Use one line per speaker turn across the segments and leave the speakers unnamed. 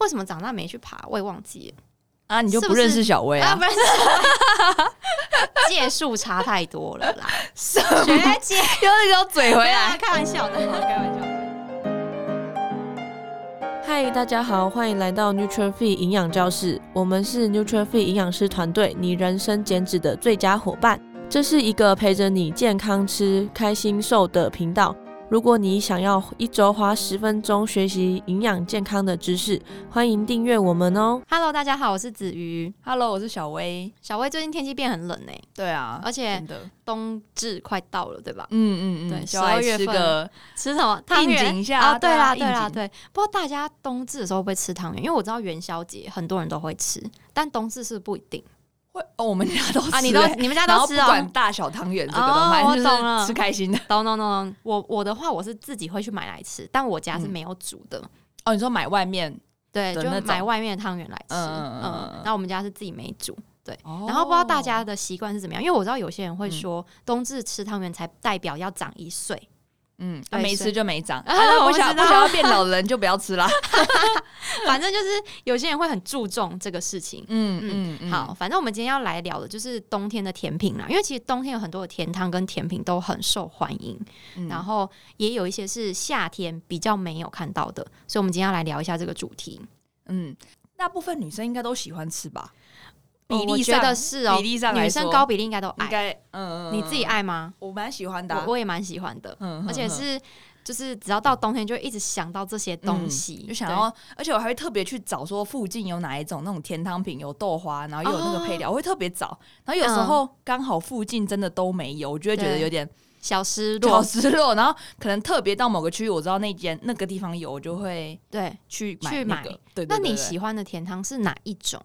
为什么长大没去爬，我也忘记了。
啊，你就是不
不是
认识小薇
啊，
啊？
不是， 届数差太多了啦，
什
学姐，
又是要嘴回
没有啦
来。
开玩笑的，开玩笑的。
嗨，大家好，欢迎来到 NutriFit 营养教室。我们是 NutriFit 营养师团队，你人生减脂的最佳伙伴。这是一个陪着你健康吃、开心瘦的频道。如果你想要一周花十分钟学习营养健康的知识，欢迎订阅我们哦。
Hello，大家好，我是子瑜。
Hello，我是小薇。
小薇最近天气变很冷哎、
对啊，
而且
真的，
冬至快到了，对吧？
嗯嗯嗯，
对
就来
12月
吃
份
个
吃什么汤
应景
圆？
一下
啊，
对
对
啊
啦，对啦，
应景
对。不知道大家冬至的时候会不会吃汤圆？因为我知道元宵节很多人都会吃，但冬至是不一定
会哦，我们家都 吃
啊。你都
欸
你们家
然
都
后
吃
不管
哦？
大小汤圆这个
哦
的，反正就
我懂了
是吃开心的。
懂懂懂懂。我我的话，我是自己会去买来吃，但我家是
嗯
没有煮的。
哦，你说买外面，
对，
的
就
那
买
种
外面的汤圆来吃。
嗯嗯嗯嗯
嗯
嗯，
那我们家是自己没煮。
然
然后不知道大
哦
家的习惯是怎么样，因为我知道有些人会
嗯
说冬至吃汤圆才代表要长一岁，
嗯，啊
对
没
是
吃就没 长，
啊
啊
我
不想
知
不
道
想要变老的人就不要吃 啦。
反正就是有些人会很注重这个事情。
嗯嗯，
好，，反正我们今天要来聊的就是冬天的甜品啦，因为其实冬天有很多的甜汤跟甜品都很受欢迎，
嗯
然后也有一些是夏天比较没有看到的，所以我们今天要来聊一下这个主题。
嗯，大部分女生应该都喜欢吃吧？
哦
比
我
例
觉
上
得是哦，
比例上来
女生
说
高比例应该都
应
爱，
该，嗯，嗯
你自己，爱吗？
嗯我蛮喜欢的啊
我，我也蛮喜欢的，
嗯
而且。
嗯嗯
是就是只要到冬天就会一直想到这些东
嗯
西，
就想
对
要，而且我还会特别去找说附近有哪一种那种甜汤品有豆花，然后又有那个配料，我会特别找。然后有时候刚好附近真的都没有，我就会觉得
对
有点
小失
好
落，
失落。然后可能特别到某个区域，我知道那间那个地方有，我就会
对。
去
去
买那个
买。
对，对
那
对
你
对
喜欢的甜汤是哪一种？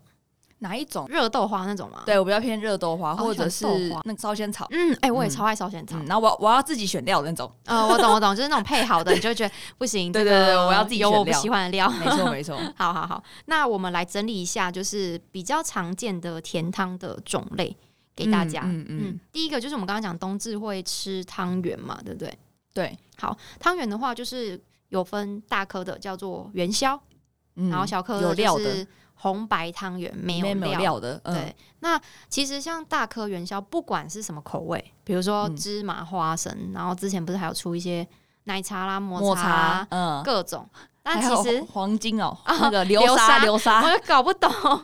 哪一种？
热豆花那种吗？，
对我比较偏热豆花，或者是
喜欢豆花
那个烧仙草。
嗯，哎、我也
嗯
超爱烧仙草。
嗯，然后我我要自己选料的 那种。
呃，我懂，我懂，就是那种配好的，你就觉得不 行。
对
这
对
个
对我要自己
有我
选
不
料
喜欢的料。
没错没错，
好好好，那我们来整理一下，就是比较常见的甜汤的种类给大家。
嗯嗯嗯
嗯，第一个就是我们刚刚讲冬至会吃汤圆嘛，对不对？
对。
好，汤圆的话就是有分大颗的叫做元宵，
嗯
然后小颗
有
的
料
就
的
是红白汤圆，没
里
有
面没有
料。
料的，嗯
对，那其实像大颗元宵，不管是什么口味，比如说
嗯
芝麻花生，然后之前不是还有出一些奶茶啦、抹
抹
茶
茶
啦，
嗯，
各种，但
还
其
有啊
实
黄金哦，
啊
那个流
流
沙
沙
流沙，
我也搞不懂。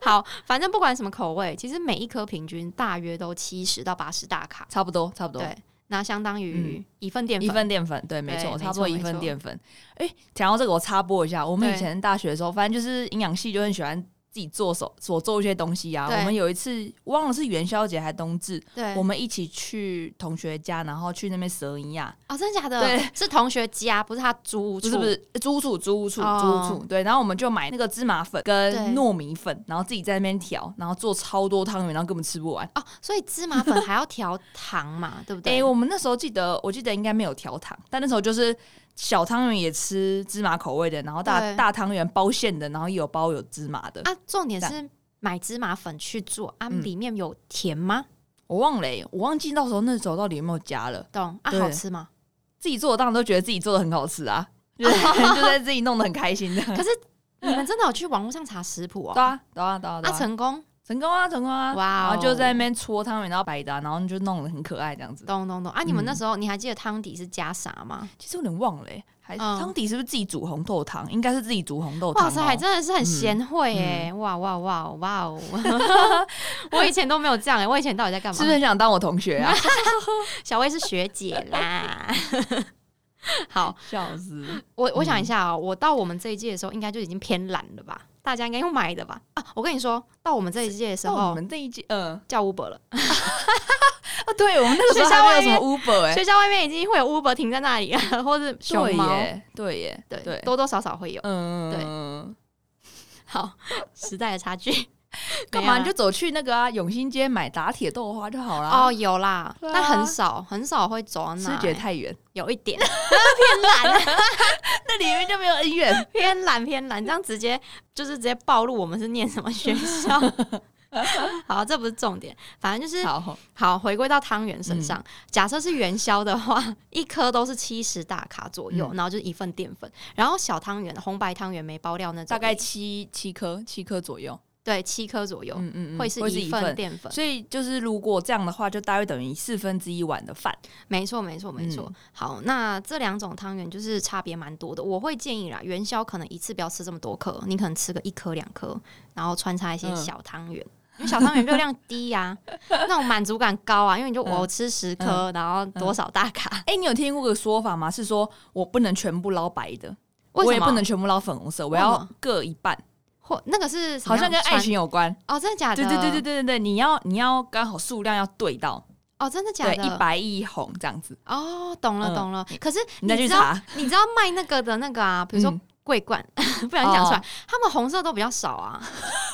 好，反正不管什么口味，其实每一颗平均大约都七十到八十大卡，
差不多差不多，
对，那相当于一份淀
嗯一
粉。
份淀粉，对，没
对
错，
没
差不多
错
一
没
份
错
淀粉。哎，讲到这个，我插播一下，我们以
对
前大学的时候，反正就是营养系就很喜欢自己做手所做一些东西啊。
对
我们有一次忘了是元宵节还是冬至，
对，
我们一起去同学家，然后去那边蛇营呀，
哦，真的假的
对？
是同学家，不是他租屋
不
处，
是不是呃租处租屋处租
哦
屋处，对，然后我们就买那个芝麻粉跟
对
糯米粉，然后自己在那边调，然后做超多汤圆，然后根本吃不完。
哦，所以芝麻粉还要调糖嘛，对不
哎、
对？
我们那时候记得，我记得应该没有调糖，但那时候就是小汤圆也吃芝麻口味的，然后大
对
大汤圆包馅的，然后也有包有芝麻的。
啊，重点
这
是买芝麻粉去做啊，
嗯
里面有甜吗？
我忘了、欸，我忘记到时候那时候到底有没有加了。
懂啊，
对
好吃 吗？
自己做的当然都觉得自己做的很好吃啊， 就是就在自己弄得很开心的。
可是你们真的有去网络上查食谱
对
哦？
啊，对啊，对啊，对
啊，
啊，
成功，
成功啊，成功啊！
哇哦
然后就在那边搓汤圆，然后白的啊、然后就弄得很可爱这样子。
懂懂懂啊！你们
嗯
那时候你还记得汤底是加啥吗？
其实有点忘了、欸，还
嗯
汤底是不是自己煮红豆汤？应该是自己煮红豆汤、嗯
哇
哦。
塞，还真的是很贤惠哎！哇哇哇哇 哦！我以前都没有这样哎，我以前到底在干嘛
是不是？很想当我同学 啊？
小薇是学姐 啦。好，
笑死！
我我
嗯
想一下哦，我到我们这一届的时候，应该就已经偏懒了吧？大家应该用买的吧？啊，我跟你说，到我们这一届的时
到我
候
们这一季，嗯、
叫 Uber 了。
啊，对我们那个时候
学校
还没有
外
什么 Uber 哎、
学校外面已经会有 Uber 停在那里了， 或是熊
对
猫，
耶，对耶，
对，
对，
多多少少会有。
嗯，
好，时代的差距，
干
没有
嘛
啦
你就走去那个啊永兴街买打铁豆花就好了。
哦，有啦，
对啊
但很少很少会走到
是
那
不是
欸，
觉得太远，
有一点 偏懒，
那里面就没有恩 怨。
偏懒偏懒，这样直接就是直接暴露我们是念什么学校。好，这不是重点，反正就是
好，嗯
好，回归到汤圆身上，假设是元宵的话， 一颗都是七十大卡左右，
嗯
然后就是一份淀粉。然后小汤圆，红白汤圆没包料那种，
大概七七颗，七颗左右，
对七颗左右，
嗯嗯嗯，
会是
一
份淀粉。
所以就是如果这样的话，就大约等于四分之一碗的饭。
没错，没错，没错。
嗯
好，那这两种汤圆就是差别蛮多的。我会建议啦，元宵可能一次不要吃这么多颗，你可能吃个一颗两颗，然后穿插一些
嗯
小汤圆。因为小汤圆热 量低呀、那种满足感高啊，因为你就
嗯
我吃十颗，然后多少大卡？
哎、你有听过个说法吗？是说我不能全部捞白的，
为
我
什
也
么
不能全部捞粉红色，我
为什
要
么
各一半，
或那个是什
好
么
像
样
跟爱
穿
情有关。
哦，真的假的？
对对对对对对对，你要你要刚好数量要对到，
哦，真的假
对，
的？
一白一红这样子，
哦，懂了
嗯
懂了。可是你
你再去
知道
查。
你知道卖那个的那个啊，比如说
嗯
桂冠，不然讲出来
哦，
他们红色都比较少啊，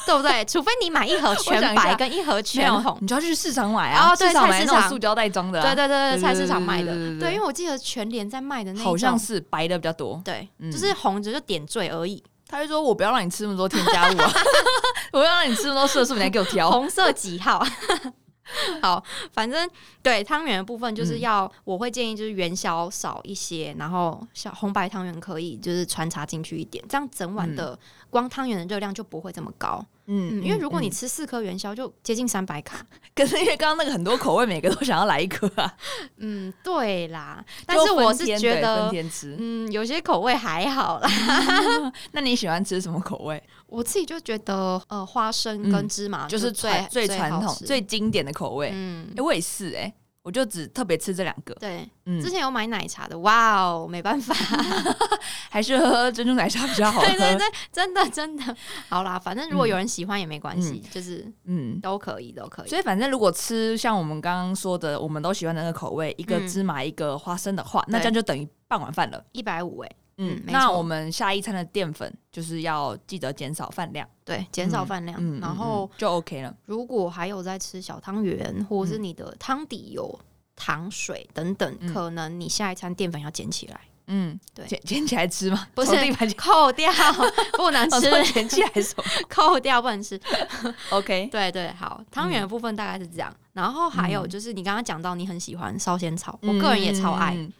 对不对？除非你买一盒全白跟一盒
没
全
有，
红。
你就要去市场买啊，
哦对
市场
菜
买
市
那种
场
塑胶袋装的、
对
啊，
对对对，
对
菜市场卖
对对
的
对，对
对，因为我记得全联在卖的那一种，
好像是白的比较多。
对，
嗯
就是红着就点缀而已，
他就说我不要让你吃那么多添加物、 啊，我要让你吃那么多色素，你还给我挑。
红色几号？好，反正对汤圆的部分就是要，我会建议就是元宵少一些，然后小红白汤圆可以就是穿插进去一点，这样整碗的光汤圆的热量就不会这么高。
嗯
嗯，因为如果你
嗯
吃四颗元宵，就接近三百 卡。
可是因为刚刚那个很多口味，每个都想要来一颗啊，
嗯，对啦，但是我是
就分天
觉
对分
得，
天吃。
嗯，有些口味还好啦。
那你喜欢吃什么口味？
我自己就觉得，呃，花生
嗯
跟芝麻
就是
啊最
传最传
好
统、
吃
最经典的口味。哎、
嗯，
我也是哎、我就只特别吃这两个。
对。之
嗯，
前有买奶茶的，哇哦，没办法，
还是喝珍珠奶茶比较好 喝。
对对对，真的真的，好啦，反正如果有人喜欢也没关系，就是
嗯。
都可以，都可以。
所以反正如果吃像我们刚刚说的，我们都喜欢的那个口味，一个
嗯
芝麻、一个花生的话，那
对
这样就等于半碗饭了。
一百五哎，
嗯，
嗯没
那
错
我们下一餐的淀粉就是要记得减少饭量，
对，减少饭量。
嗯，
然后
嗯嗯就 OK 了。
如果还有在吃小汤圆，或者是
嗯
你的汤底有糖水等等，
嗯
可能你下一餐淀粉要捡起来，
嗯，
对
捡捡起来吃吗？
不是
从地板捡，
扣掉不 能
我
吃，
说捡起来什 么
扣掉不能吃。
？OK，
对对，好，汤圆的部分大概是这样。然后还有
嗯
就是你刚刚讲到你很喜欢烧仙草，我个人也超爱。
嗯，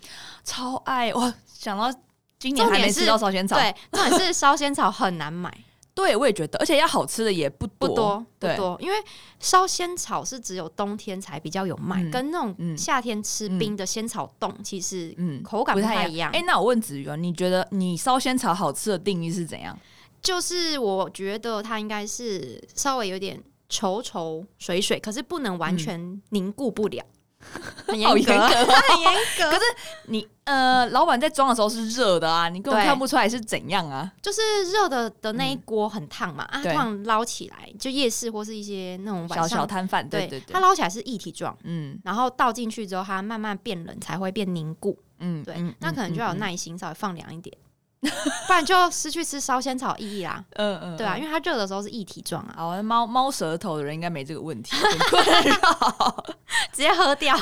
超爱哇！想到今年
重
还
点
没
是
吃到烧仙草，
对，重点是烧仙草很难买，
对，我也觉得，而且要好吃的也不
不
多，
多不
对
多，因为烧仙草是只有冬天才比较有卖，
嗯
跟那
嗯
种夏天吃冰的仙草冻其实
嗯，
口感不太一样
哎、。那我问子瑜哦，你觉得你烧仙草好吃的定义是怎样？
就是我觉得它应该是稍微有点稠稠水水，可是不能完全凝固不了，很严
嗯好严
格，
格
很严格。
可是你呃，老板在装的时候是热的啊，你根本
嗯对
看不出来是怎样啊。
就是热的的那一锅很烫嘛，啊，
嗯对
通常捞起来就夜市或是一些那种晚上，
小小摊贩，
对
对对，
它捞起来是液体状，
嗯
然后倒进去之后，它慢慢变冷才会变凝固。
嗯，
对，
嗯
那可能就要有，
嗯
耐心，稍微放凉一 点，不然就失去吃烧仙草意义啦。
嗯嗯嗯，
对啊，因
为
为它热的时候是液体状啊，
好，猫猫舌头的人应该没这个 问题， 很困扰，
直接喝掉。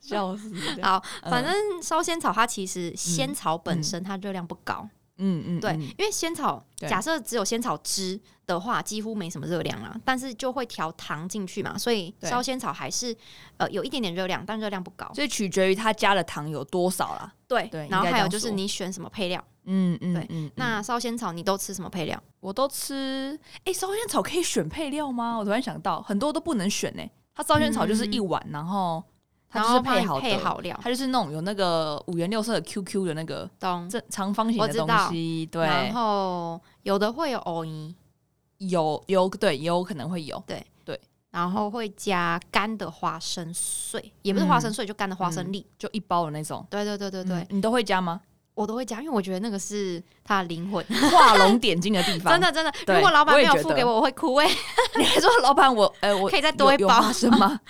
笑死。
好，
嗯
反正烧仙草它其实仙草本身它热量不高，
嗯嗯，
对，
嗯
因为仙草
对
假设只有仙草汁的话，几乎没什么热量啦，但是就会调糖进去嘛，所以
对
烧仙草还是呃有一点点热量，但热量不高。
所以取决于他加的糖有多少啦。
对
对应
然后
该这
还有
样
就是
说
你选什么配料，
嗯嗯
对
嗯
那烧仙草你都吃什么配料？
我都吃，哎、烧仙草可以选配料吗？我突然想到，很多都不能选呢、它烧仙草就是一碗，然后它
嗯然
就是
后帮你
好的
配好料，
它就是那种有那个五颜六色的 QQ 的那个
懂？
正长方形
我
的
知
东
道
西，
然
对，
后有的会有藕泥，
有有对有可能会有，
然后会加干的花生碎，也不是
嗯
花生碎，就干的花生粒。
就一包的那种。
对对对对对，
嗯你都会加吗？
我都会加，因为我觉得那个是它的灵魂。
画龙点睛的地 方，
真的真的，
对
如果老板
我
没
也
有
觉
付
得
给我，我会哭哎、
你还说老板我呃我
可以再多一
有有
包
花生吗？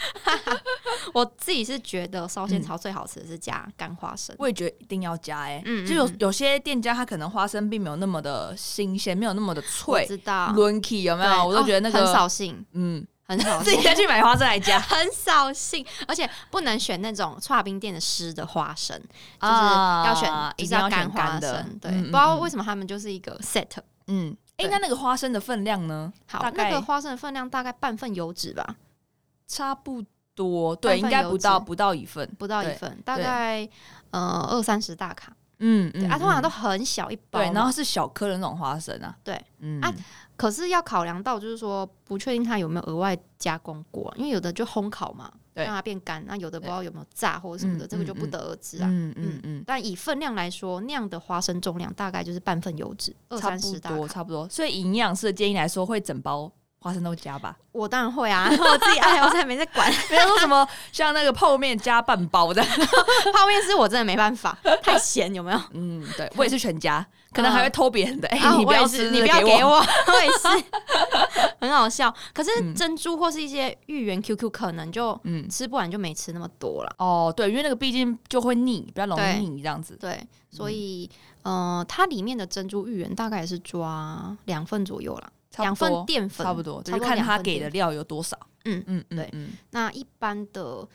我自己是觉得烧
嗯
仙草最好吃的是加干花生。
我也觉得一定要加哎、
嗯嗯
就有
嗯
有些店家他可能花生并没有那么的新鲜，没有那么的
我
脆，
知道，
轮起有没
对
有？我都觉得那
哦
个、
很扫兴，
嗯，
很 扫
自己
兴。
再去买花生来 加，
很扫兴，而且不能选那种串冰店的湿的花生，就是
啊
要选，就
一
是
定要选
干花
干的
生。对，
嗯嗯
不知道
嗯
为什么他们就是一个 set，
嗯，哎、
对
那那个花生的分量呢？
好
大，概
那个花生的分量大概半份油脂吧，
差不多，
半
对，
份
应该
油
不到
脂
不到一份。
不到一
对
份，大概呃二三十大卡。
嗯
对
嗯，
啊，通常
嗯
都很小一包嘛。
对，然后是小颗的那种花生啊。
对，
嗯
啊可是要考量到，就是说不确定它有没有额外加工过，因为有的就烘烤嘛，
对
让它变干；那有的不知道有没有炸或者什么的，
嗯
这个就
嗯
不
嗯
得而知啊。
嗯嗯嗯，
但以分量来说，那样的花生重量大概就是半份油脂，二
差
三
不
十大卡
多差不多。所以营养师的建议来说，会整包花生都加吧，
我当然会啊， 我自己爱，我才没在 管。
没有说什么像那个泡面加半包的。
泡面是我真的没办法，太咸有没有？
嗯，对我也是全家，可能还会偷别人的。哎、 你不
我
要
也
吃，
是，你不要
给我。
我， 我也是， 很好笑。可是
嗯
珍珠或是一些芋圆 QQ，可能就
嗯，
吃不完就没吃那么多了。
哦，对，因为那个毕竟就会腻，比较容
对
易腻这样子。
对，
嗯
所以、呃，它里面的珍珠芋圆大概也是抓两份左右啦，
差不
两份
多
淀粉
差不多，
差
就
不多
看
两
他
份
给
淀
的料有多少。
嗯
嗯嗯，
对
嗯，
那一般的，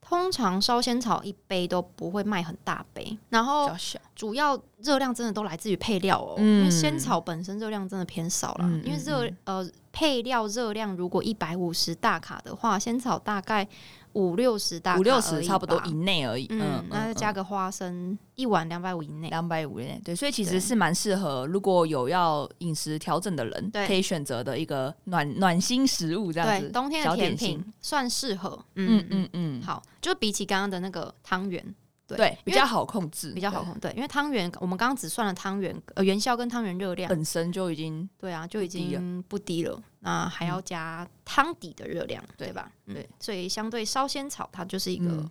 通常烧仙草一杯都不会卖很大杯，然
比
后
较小。
主要热量真的都来自于配料哦，
嗯
因为仙草本身热量真的偏少啦，
嗯
因为热
嗯
呃配料热量如果一百五十大卡的话，仙草大概五六十大卡
五六
而
十
已
差不多
吧
以内而已。
嗯，那再加
个
个花生，一碗两百五以内。
两百五内，对，所以其
对
实是蛮适合如果有要饮食调整的人，
对
可以选择的一个暖暖心食物这样
对
子，。
冬天的
小
甜
点心
品。算适合。嗯
嗯
嗯
嗯嗯，
好，就比起刚刚的那个汤圆，对
对，比
因为
较好控制，
比较好
对。
控。对，因为汤圆我们刚刚只算了汤圆，呃，元宵跟汤圆热量，
本身就已经
对啊，就已
嗯低了
经不低了。那还要加汤底的热量，
对
对吧？嗯
对，
所以相对烧仙草，它就是一个
嗯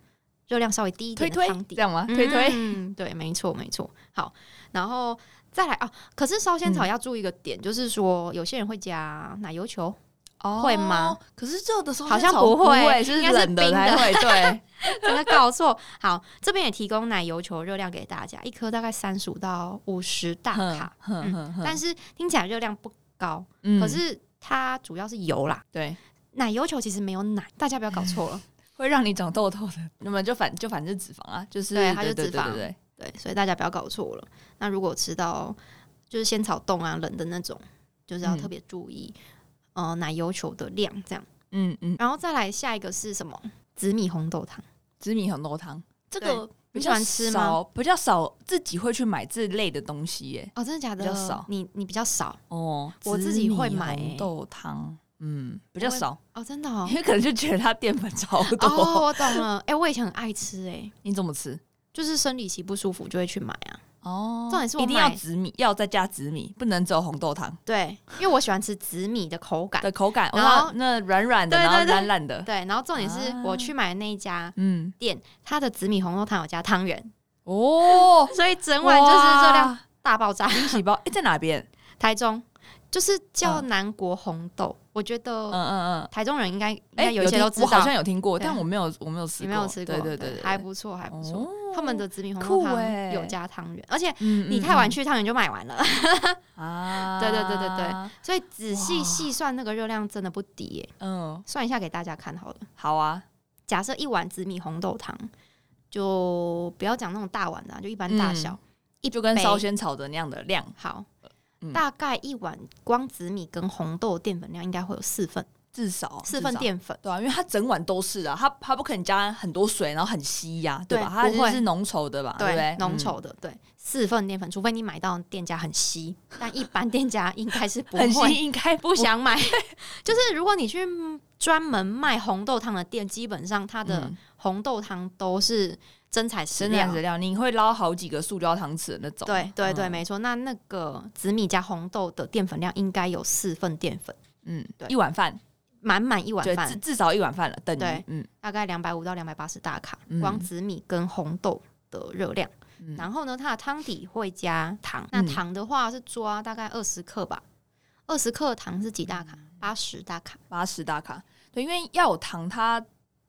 热量稍微低一
推
点
推
的汤底
这。样吗？推推，
嗯， 对，没错，没错。好，然后再来啊，可是烧仙草
嗯
要注意一个点，就是说有些人会加奶油球，
哦
会吗？
可是热的时候
好像
那种
不会
就是
应该是
冷的嗯
冰的
才 会。对，
真的搞错。好，这边也提供奶油球热量给大家，一颗大概三十五到五十大卡，
哼哼哼
但是听起来热量不高，
嗯
可是它主要是油啦。
对，
奶油球其实没有奶，大家不要搞错 了。
会让你长痘痘的。那么就反就反正是脂肪啊，就是
对它就
对
脂
对
肪
对
对，所以大家不要搞错了。那如果吃到就是仙草冻啊、冷的那种，就是要
嗯
特别注意、呃奶油球的量这样。
嗯嗯，
然后再来下一个是什么？紫米红豆汤。
紫米红豆汤这
对
个
你
比
喜
较
欢吃吗
少，比较少自己会去买这类的东西耶。
哦，真的假的？
比较少
你你比较少
哦，
我自己会买
紫米红豆汤，嗯，比较少，
哦，真的 哦
因。为可能就觉得它淀粉超
哦，
多。
我懂了。哎、我以前很爱吃、哎，
你怎么吃？
就是生理期不舒服就会去买啊。
哦
重点是我
一定要
买
紫米，要再加紫米，不能只有红豆汤
对，因为我喜欢吃紫米的口感。
的口感，
然后
哇那软软的，
对对
然后
对
烂烂的，
对，然后重点是
啊
我去买的那一家
嗯，
店，它的紫米红豆汤有加汤圆，
哦，
所以整碗就是热量
哇
大爆炸。
惊喜包，哎，在哪边？
台中就是叫
嗯
南国红豆，我觉得、
嗯嗯嗯。
台中人应哦该应该
哎，
有一些
听
都知
我好
道
像，有听过，
对
但我没有，我没有吃
你
过，
没有吃过，
对对对对，
还不错，还不错。
哦
他们的紫米红豆
酷
汤
欸
有加汤圆，而且
嗯
你太晚去，汤圆就买完了。
啊
对对对对对，所以仔细
哇
细算那个热量真的不低耶、
嗯，
算一下给大家看好了。
好啊，
假设一碗紫米红豆汤，就不要讲那种大碗的啊、就一般大小，
嗯
一
就跟
杯
烧仙草的那样的量，
好。
嗯
大概一碗光紫米跟红豆淀粉量应该会有四份，
至少
四份，
哦至少
淀粉。
对啊，因为它整碗都是啊，它它不肯加很多水，然后很稀呀，对吧
对？
它
不
就
会
是浓稠的吧，啊对不对嗯
对，？浓稠的，对，四份淀粉，除非你买到店家很稀， 但一般店家应该是不
嗯，很稀
会
应该
不想买。 就是如果你去专门卖红豆汤的店，基本上它的
嗯
红豆汤都是真材实
真
料
量。质量，你会捞好几个塑胶汤匙的那种，
对对对，
嗯
没错。那那个紫米加红豆的淀粉量应该有四份淀粉，
嗯
对，
一碗饭，
满满一碗
对，至
饭，
至少一碗饭了，等
对
于嗯
大概两百五到两百八十大卡，
嗯
光紫米跟红豆的热量。
嗯
然后呢，它的汤底会加糖，那糖的话是抓大概二十克吧，二十克的糖是几大卡？八十大卡。
八十大卡，对，因为要有糖它，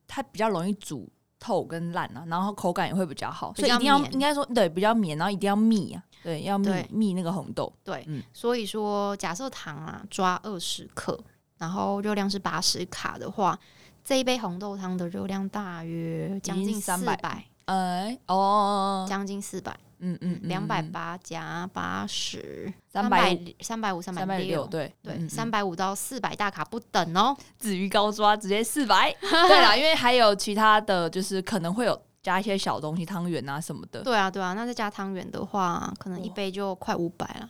它比较容易煮透跟烂啊，然后口感也会比较好，
比
所以
较
一定要
绵
应该说对比较绵，然后一定要密啊，对，要密
对
密那个红豆，
对，
嗯
所以说假设糖啊抓二十克，然后热量是八十卡的话，这一杯红豆汤的热量大约将
已
近
经
四
300
百，
哎、哦，
将近四百。
嗯嗯，
两百八加八十，
350、
三百五、三
三百
百
六，
六，
对嗯
对，三百五到四百大卡不等哦。
子鱼高抓直接四 百。对啦，因为还有其他的就是可能会有加一些小东西，汤圆啊什么的。
对啊，对啊，那再加汤圆的话，可能一
哇
杯就快五百了。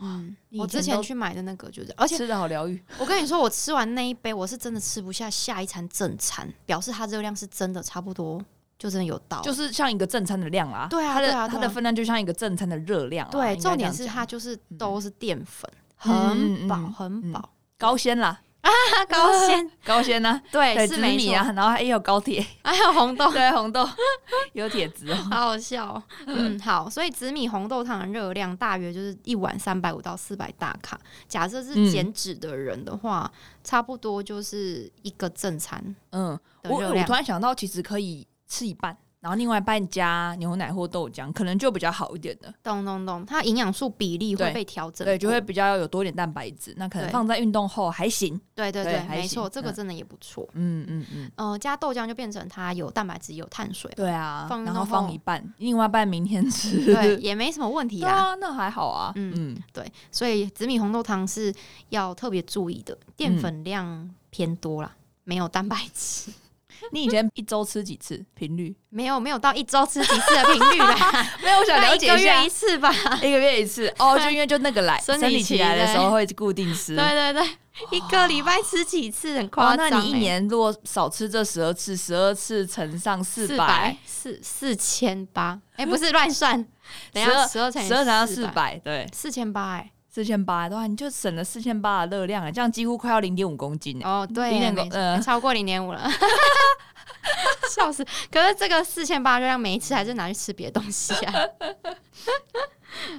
嗯，
你
我
以前
之前
都
去买的那个就是，而且
吃的好疗愈，
我跟你说，我吃完那一杯，我是真的吃不下下一餐正餐，表示它热量是真的差不多，就真的有到。
就是像一个正餐的量啦。
对啊
它的
对啊
它
对啊
的分量就像一个正餐的热量啦。
对，
应该这样
重点是
讲
它就是
嗯
都是淀粉，
嗯
很
嗯
饱
嗯
很饱。
高纤啦，
它高纤，
高纤呢，
对，
对，
哎是
紫
没
米
错。
啊，然后也有高 铁，
还有红豆，
对，红豆有铁质 哦。
好好笑哦、嗯，好，所以紫米红豆汤的热量大约就是一碗三百五到四百大卡。假设
嗯
是减脂的人的话，差不多就是一个正餐
嗯，
的
我
热
我
量
突。然想到，其实可以吃一半，然后另外一半加牛奶或豆浆，可能就比较好一点的。
咚咚咚，它营养素比例会
对
被调整过，
对，就会比较有多一点蛋白质，那可能
对
放在运动后还行。
对对
对
对，
还
没错，
行
这个
嗯
真的也不错。
嗯嗯嗯，
呃，加豆浆就变成它有蛋白质，有碳水，
对啊
放，运
然
动
后放
后
一半，另外一半明天吃。
对，也没什么问题
对
啦。
啊，那还好啊。
嗯
嗯
对，所以紫米红豆汤是要特别注意的，
嗯
淀粉量偏多啦，没有蛋白质，
你以前一周吃几次频率？
没有没有到一周吃几次的频率 啦，
没有，我想
那
了
一
解
个
下
月一，次吧。
一个月一次。 哦，就因为就那个来
生
生
理
理
期
期来的
对
时候会固定吃。
对对对，一个礼拜吃几次很
哇，
夸张、
那
欸。
你一年如果少吃这十二次，十二次乘上四
四
百
百，四四千八？哎，不是乱 算，等一下十二乘以
十二乘上
四
四百，对，
四千八哎。
四千八的话，你就省了四千八的热量啊，这样几乎快要零点五公斤呢。欸
哦，对耶，
0.5
没错
呃
超过零点五了， 笑死！可是这个四千八热量没吃，还是拿去吃别的东西啊。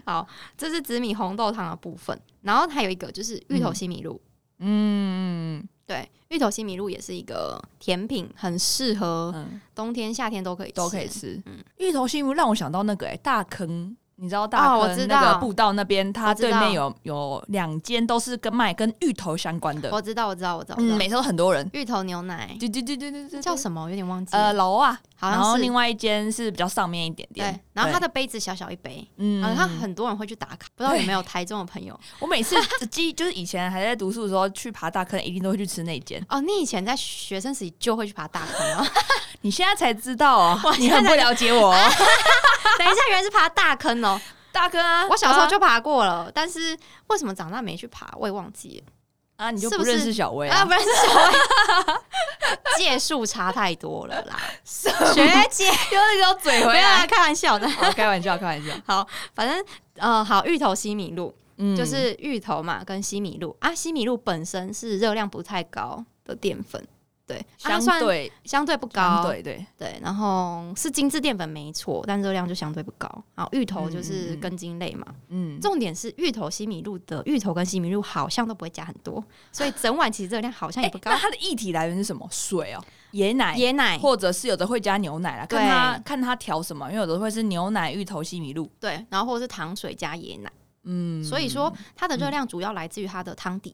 好，这是紫米红豆汤的部分，然后还有一个就是芋头西米露，
嗯
对，芋头西米露也是一个甜品，很适合
嗯，
冬天、夏天都可以吃，
都可以吃
嗯。
芋头西木让我想到那个哎，大坑。你知道大
哦我
坑
知
那
道
个步道那边，它
我知
对
道
面有有两间都是跟卖跟芋头相关的，
我知道，我知道，我知道，我知道
嗯，每次都很多人。
芋头牛奶
对对对对对对，
叫
么？
什么？我有点忘记了，
呃，楼啊，
好
然后
像是
另外一间是比较上面一点点
对。，然后它
的
的杯子小小一杯，
嗯
然后它很多人会去打卡，不知道有没有台中的朋友？
我每次记 就是以前还在读书的时候去爬大坑，一定都会去吃那间。
哦，你以前在学生时期就会去爬大 坑啊？
你现在才知道哦，你
现在
很不了解我
啊
哦。
等一下，原来是爬大坑哦！
大坑啊，
我小时候
啊
就爬过了，但是为什么长大没去爬，我也忘记了。
啊，你就是不
不是
认识小薇
啊，
啊
不？认识小薇， 届数差太多了啦，学姐
又那时候嘴回
没有啦，
来，
开玩笑的。
好哦开玩笑，开 玩笑。
反正呃，好，芋头西米露、
嗯
就是啊芋头嘛，跟西米露啊，西米露本身是热量不太高的淀粉，对，啊它
相
算
对
相对不
相
高，
对对，
对，然后是精致淀粉没错，但热量就相对不高。然后芋头就
嗯
是
嗯嗯
根茎类嘛，
嗯，
重点是芋头西米露的芋头跟西米露好像都不会加很多，所以整碗其实热量好像也
哎
不，高
那。它的液体来源是什么？水哦，椰奶。
椰奶
或者是有的会加牛奶啦，
对
看它看它调什么，因为有的会是牛奶、芋头、西米露，
对，然后或者是糖水加椰奶，
嗯，
所以说它的热量主要来自于它的汤底，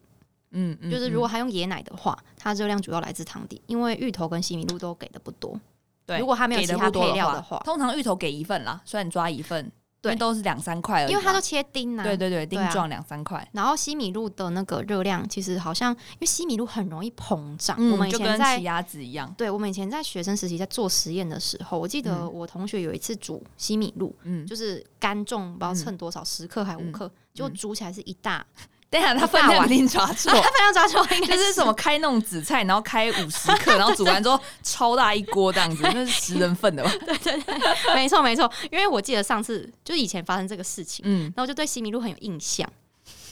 嗯，嗯，
就是
嗯
如果它用椰奶的话，它热量主要来自汤底，因为芋头跟西米露都给的不多。
对
如果它没有
给
其
的
他
不多
配料
的
的话，
通常芋头给一份啦，虽然抓一份，
对
因为都是两三块而已啦，
因为它都切丁呐、
对对对，
对啊
丁状两三块，
然后西米露的那个热量其实好像，因为西米露很容易膨胀，嗯我们以
嗯就
前
跟
在
奇亚籽一样，
对，我们以前在学生时期在做实验的时候，我记得
嗯
我同学有一次煮西米露，
嗯，
就是干重，不知道称多少，十克还五
嗯
克，结果
嗯
煮起来是一大，
等一下它
一大
分量
碗
一定抓错
啊，，他非常抓住，应该
就是什么开那种紫菜，然后开五十克，然后煮完之后超大一锅这样子，那是十人份的吧？
没错没错，因为我记得上次就是以前发生这个事情，
嗯，
然后就对西米露很有印象。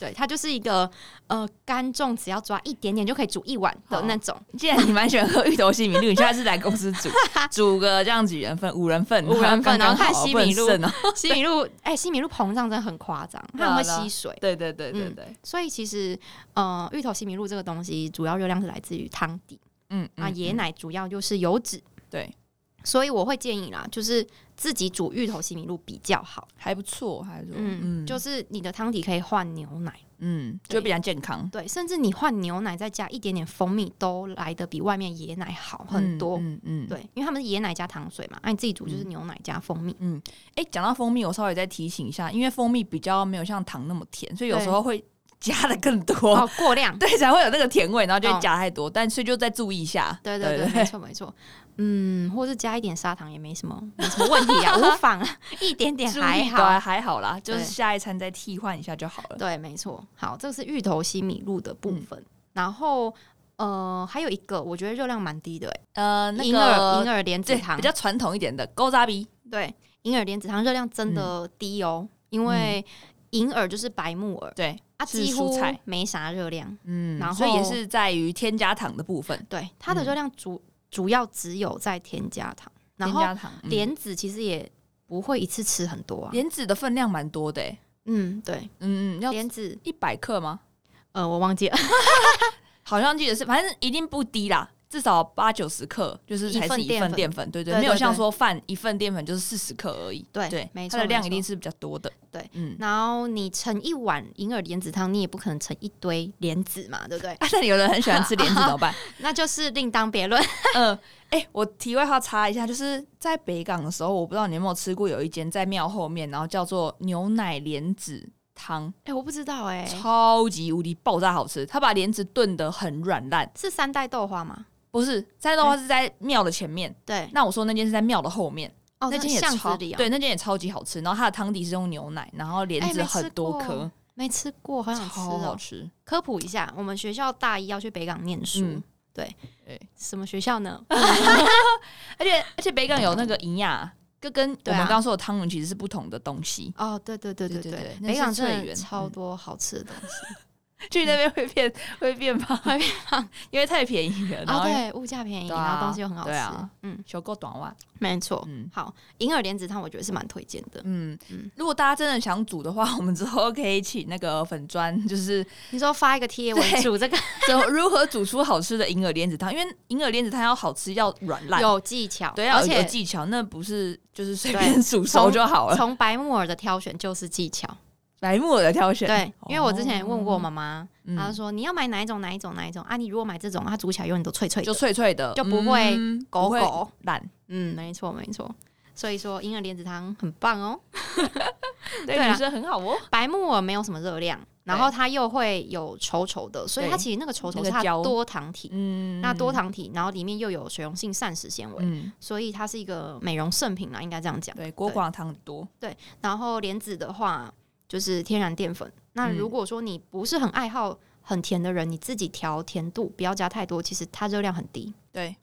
对，它就是一个呃干重，只要抓一点点就可以煮一碗的
好
那 种，
既然你蛮喜欢喝芋头西米露，你下次来公司煮，煮个这样几人份，五人份，
五人份
然
然
后刚刚
后看
好
西米露
不能剩哦
西米露，哎、西米露膨胀真的很夸张，它很会吸水，
对对对
嗯
对对，
所以其实呃芋头西米露这个东西主要热量是来自于汤底。
嗯
啊，椰，奶主要就是油脂，
嗯对，
所以我会建议啦，就是自己煮芋头西米露比较好。
还不错，还不错，
嗯，就是你的汤底可以换牛奶，
嗯，就比较健康，
对，甚至你换牛奶再加一点点蜂蜜，都来的比外面椰奶好很多。
嗯嗯，嗯。
对，因为他们是椰奶加糖水嘛，那、你自己煮就是牛奶加蜂蜜。
哎、讲到蜂蜜，我稍微再提醒一下，因为蜂蜜比较没有像糖那么甜，所以有
对
时候会 加的更多，
哦，过量。
对，才会有那个甜味，然后就会
哦
加太多，但所以就再注意一下。
对对对，没错没错，嗯，或是加一点砂糖也没什么没什么问题啊， 无妨，一点点
注
还
意
好
的。还好啦，就是
对
下一餐再替换一下就好了。
对，没错。好，这是芋头西米露的部
嗯
分，然后呃，还有一个我觉得热量蛮低的、欸，
呃，那
银耳
个
银耳莲子
对
糖
比，较传统一点的勾扎鼻，
对，银耳莲子糖热量真的
嗯
低哦，因为银耳就是白木耳，
对，
它
是
啊几
蔬
乎
菜
没啥热量，
嗯，
然后
所以也是在于添加糖的部分，
对，它的热量主、主要只有在添加糖，然
添
后
加糖。嗯
莲子其实也不会一次吃很多啊，
莲子的分量蛮多的欸，
嗯，对，
嗯嗯，要
莲子，
一百克吗？
呃，我忘记了，
好像记得是，反正一定不低啦，至少八九十克，就是才是
一份
一
淀
份
粉
淀粉，对对，
对对
没有像说饭一份淀粉就是四十克而已，
对
对，
没
它
错
的量
没
一定
错
是比较多的，
对，
嗯。
然后你盛一碗银耳莲子汤，你也不可能盛一堆莲子嘛，对不对？
啊，那有人很喜欢吃莲子怎么办？
那就是另当别论。
嗯，哎、我题外话插一下，就是在北港的时候，我不知道你有没有吃过，有一间在庙后面，然后叫做牛奶莲子汤，
哎、我不知道哎、
超级无敌爆炸好吃。他把莲子炖得很软烂，
是三代豆花吗？
不是在的话是在庙的前面，
对，
那我说那间是在庙的后面，
哦，
那间也
巷
超
子里、哦，，
对，那间也超级好吃。然后它的汤底是用牛奶，然后莲
哎
子
没
很
吃
多
过
颗，
没吃过，好想吃
超好
哦。
吃。
科普一下，我们学校大一要去北港念书，
嗯
对
对，
什么学校呢？
而且而且北港有那个营养，就跟我
对
们
啊
刚刚说的汤圆其实是不同的东西。
哦，对对对对
对对对那
北
是
港
翠
真的
园
超
嗯
多好吃的东西。
去那边会变会变胖，
会变
胖，因为太便宜了。然
哦，
后
对，物价便宜，
对啊
然后东西又很好吃。
对啊
嗯，
小狗短袜，
没错。
嗯
好，银耳莲子汤我觉得是蛮推荐的。
嗯
嗯
如果大家真的想煮的话， 我们之后可以请那个粉砖，就是
你说发一个贴
对
文煮这 个
怎么如何煮出好吃的银耳莲子汤，因为银耳莲子汤要好吃要软烂，
有技巧，
对，要
而
有有
且
技巧，那不是就是随
对
便 煮熟
从
就好了。
从白木耳的挑选就是技巧。
白木耳的挑选，
对，因为我之前也问过我
嘛，
妈妈，
嗯
她就说你要买哪一种哪一种哪一种啊？你如果买这种，它煮起来永远都脆脆
就
的。
脆脆的，
就不会
嗯
狗
不会
狗
烂。
嗯，没错没错。所以说银耳莲子汤很棒哦，
对
对啊
女生很好哦，
白木耳没有什么热量，然后它又会有稠稠的，所以它
对
其实那个稠稠
那个
是它
胶
多糖体，
嗯
那多，糖体，然后里面又有水溶性膳食纤维，
嗯，
所以它是一个美容圣品啦，应该这样讲。
对，锅广汤很多，
然后莲子的话就是天然淀粉。那
嗯
如果说你不是很爱好很甜的人，你自己调甜度，不要加太多，其实它热量很低。
对，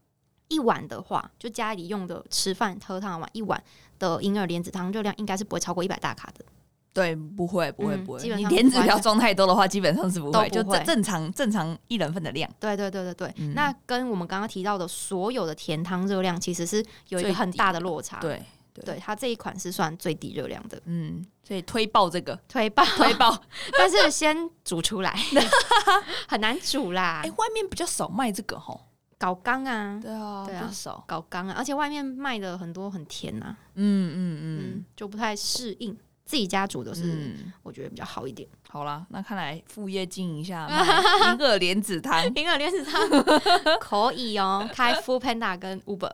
一碗的话，就家里用的吃饭喝汤的碗，一碗的银耳莲子汤热量应该是不会超过一百大卡的。
对，不会，不会，
嗯
不会。
基本
你
上
莲子
不
不
会
要装太多的话，基本上是不
都
会，就
不会
正正常正常一人份的量。
对对对对对，
嗯
那跟我们刚刚提到的所有的甜汤热量其实是有一
最
个很
低
大的落差。
对，
对，它这一款是算最低热 量的，
嗯，所以推爆这 个，
推爆。
推爆。
但是先煮出 来，很难煮啦
哎，，外面比较少卖这个吼。
搞缸啊，
对啊
对啊
比较少。
搞缸啊，而且外面卖的很多很甜呐、
嗯
嗯
嗯，
就不太适应。自己家煮的
嗯
是，
嗯，
我觉得比较好一点。
好啦，那看来副业经营 一下买银耳莲子汤。
银耳莲子 汤可以哦，开 Food Panda 跟 Uber，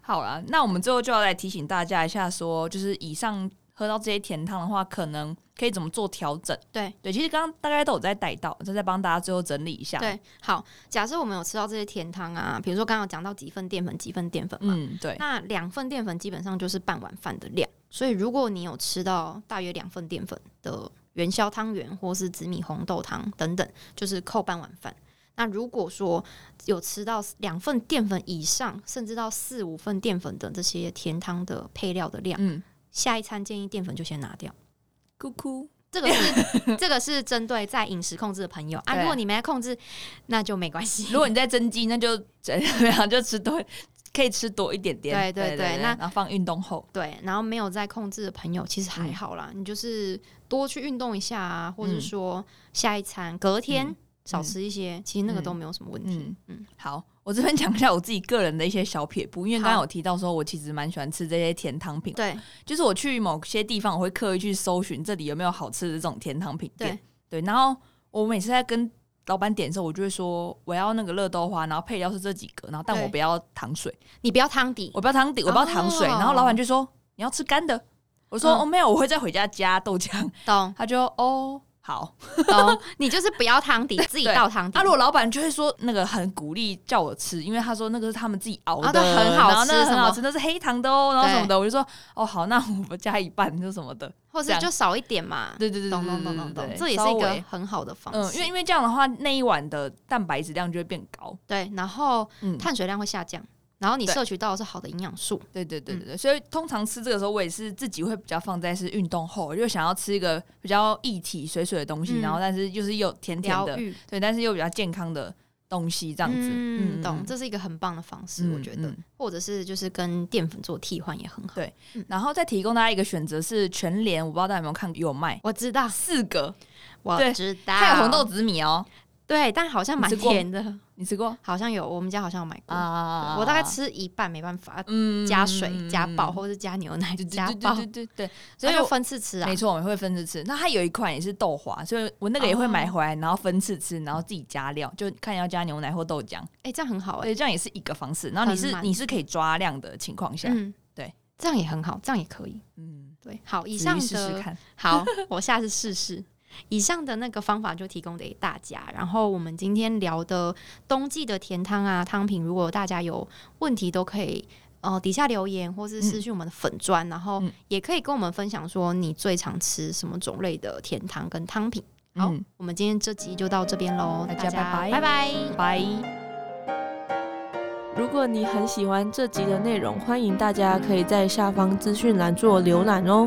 好啦，那我们最后就要来提醒大家一下说就是以上。喝到这些甜汤的话，可能可以怎么做调整？
对
对，其实刚刚大概都有在带到，就在帮大家最后整理一下。，
对。好，假设我们有吃到这些甜汤啊，比如说刚刚有讲到几份淀粉，几份淀粉嘛，
嗯，对，
那两份淀粉基本上就是半碗饭的量，所以如果你有吃到大约两份淀粉的元宵汤圆或是紫米红豆汤等等，就是扣半碗饭。那如果说有吃到两份淀粉以上，甚至到四五份淀粉的这些甜汤的配料的量，
嗯，
下一餐建议淀粉就先拿掉。
咕咕，
这个是这个是针对在饮食控制的朋友啊，
对
如果你没在控制，那就没关系。
如果你在增肌，那就 怎么样？就吃多，可以吃多一点
对
点。
对对那
然后放运动后，
对，然后没有在控制的朋友，其实还好啦，你就是多去运动一下啊，或者
嗯嗯
说下一餐隔天、少吃一些，其实那个都没有什么问题
嗯。
嗯，
好，我这边讲一下我自己个人的一些小撇步，因为
好
刚刚有提到说，我其实蛮喜欢吃这些甜汤品，
对
就是我去某些地方，我会刻意去搜寻这里有没有好吃的这种甜汤品店
对。
对，然后我每次在跟老板点的时候，我就会说我要那个乐豆花，然后配料是这几个，然后但
对
我不要糖水，
你不要汤底
我，不要汤底，我不要糖水。
哦
然后老板就说你要吃干的，我说、
嗯
哦没有，我会再回家加豆浆。
懂
他就哦 好，
懂？你就是不要汤 底，自己
对啊
倒汤底
阿。洛老板就会说那个很鼓励叫我吃，因为他说那个是他们自己熬的，
熬得啊很好
然后那个
吃
很
什
好
么
吃，那是黑糖的哦，然后
对
什么的，我就说哦好，那我们加一半就什么的，
或
这
是
样
就少一点嘛。
对对对，
懂
对
懂懂懂
对
懂，
对
这也
稍
是一
微
个很好的方
嗯，
式。
因为因为这样的话，那一碗的蛋白质量就会变高。
对，然后
嗯，
碳水量会下降，然后你
对
摄取到的是好的营养素。
对对
嗯
对对对，所以通常吃这个时候，我也是自己会比较放在是运动后，就想要吃一个比较液体水水的东西，
嗯
然后但是就是又甜甜
疗
的，
愈
对，但是又比较健康的东西这
这
样子。
嗯，懂，
嗯
这是一个很棒的方式，我觉。
嗯
得，
嗯
或者是就是跟淀粉做替换也很好。
对然后再提供大家一个选择是全联，我不知道大家有没有看有卖
我知道，
四个，对
我知道，
还有红豆紫米哦，
对，但好像蛮
你吃过
甜的，
你吃过
好像有，我们家好像有买过。
啊
对我大概吃一半，没办法，
嗯
加水加爆，
对
或是加牛奶
对
加
对
爆
对，对对对，所
所
以
以
我
就分次吃啊
没。错，我们会分着吃。那它有一款也是豆花，所以我那个也会买回来，然后分次吃，然后自己加料，就看要加牛奶或豆浆。
哎，这样很好哎，
对，这样也是一个方式。然后你是
很满
你是可以抓量的情况下，
嗯，
对，
这样也很好，这样也可以。
嗯，
对，好，以
子瑜
上的
试试看。
好， 我下次试试。以上的那个方法就提供给大家。然后我们今天聊的冬季的甜汤啊汤品，如果大家有问题都可以呃底下留言，或是私讯我们的粉砖，然后
嗯
也可以跟我们分享说你最常吃什么种类的甜汤跟汤品。好，
嗯
我们今天这集就到这边喽，
大
大
家拜
拜
拜
拜。
拜。
如果你很喜欢这集的内容，欢迎大家可以在下方资讯栏做浏览哦。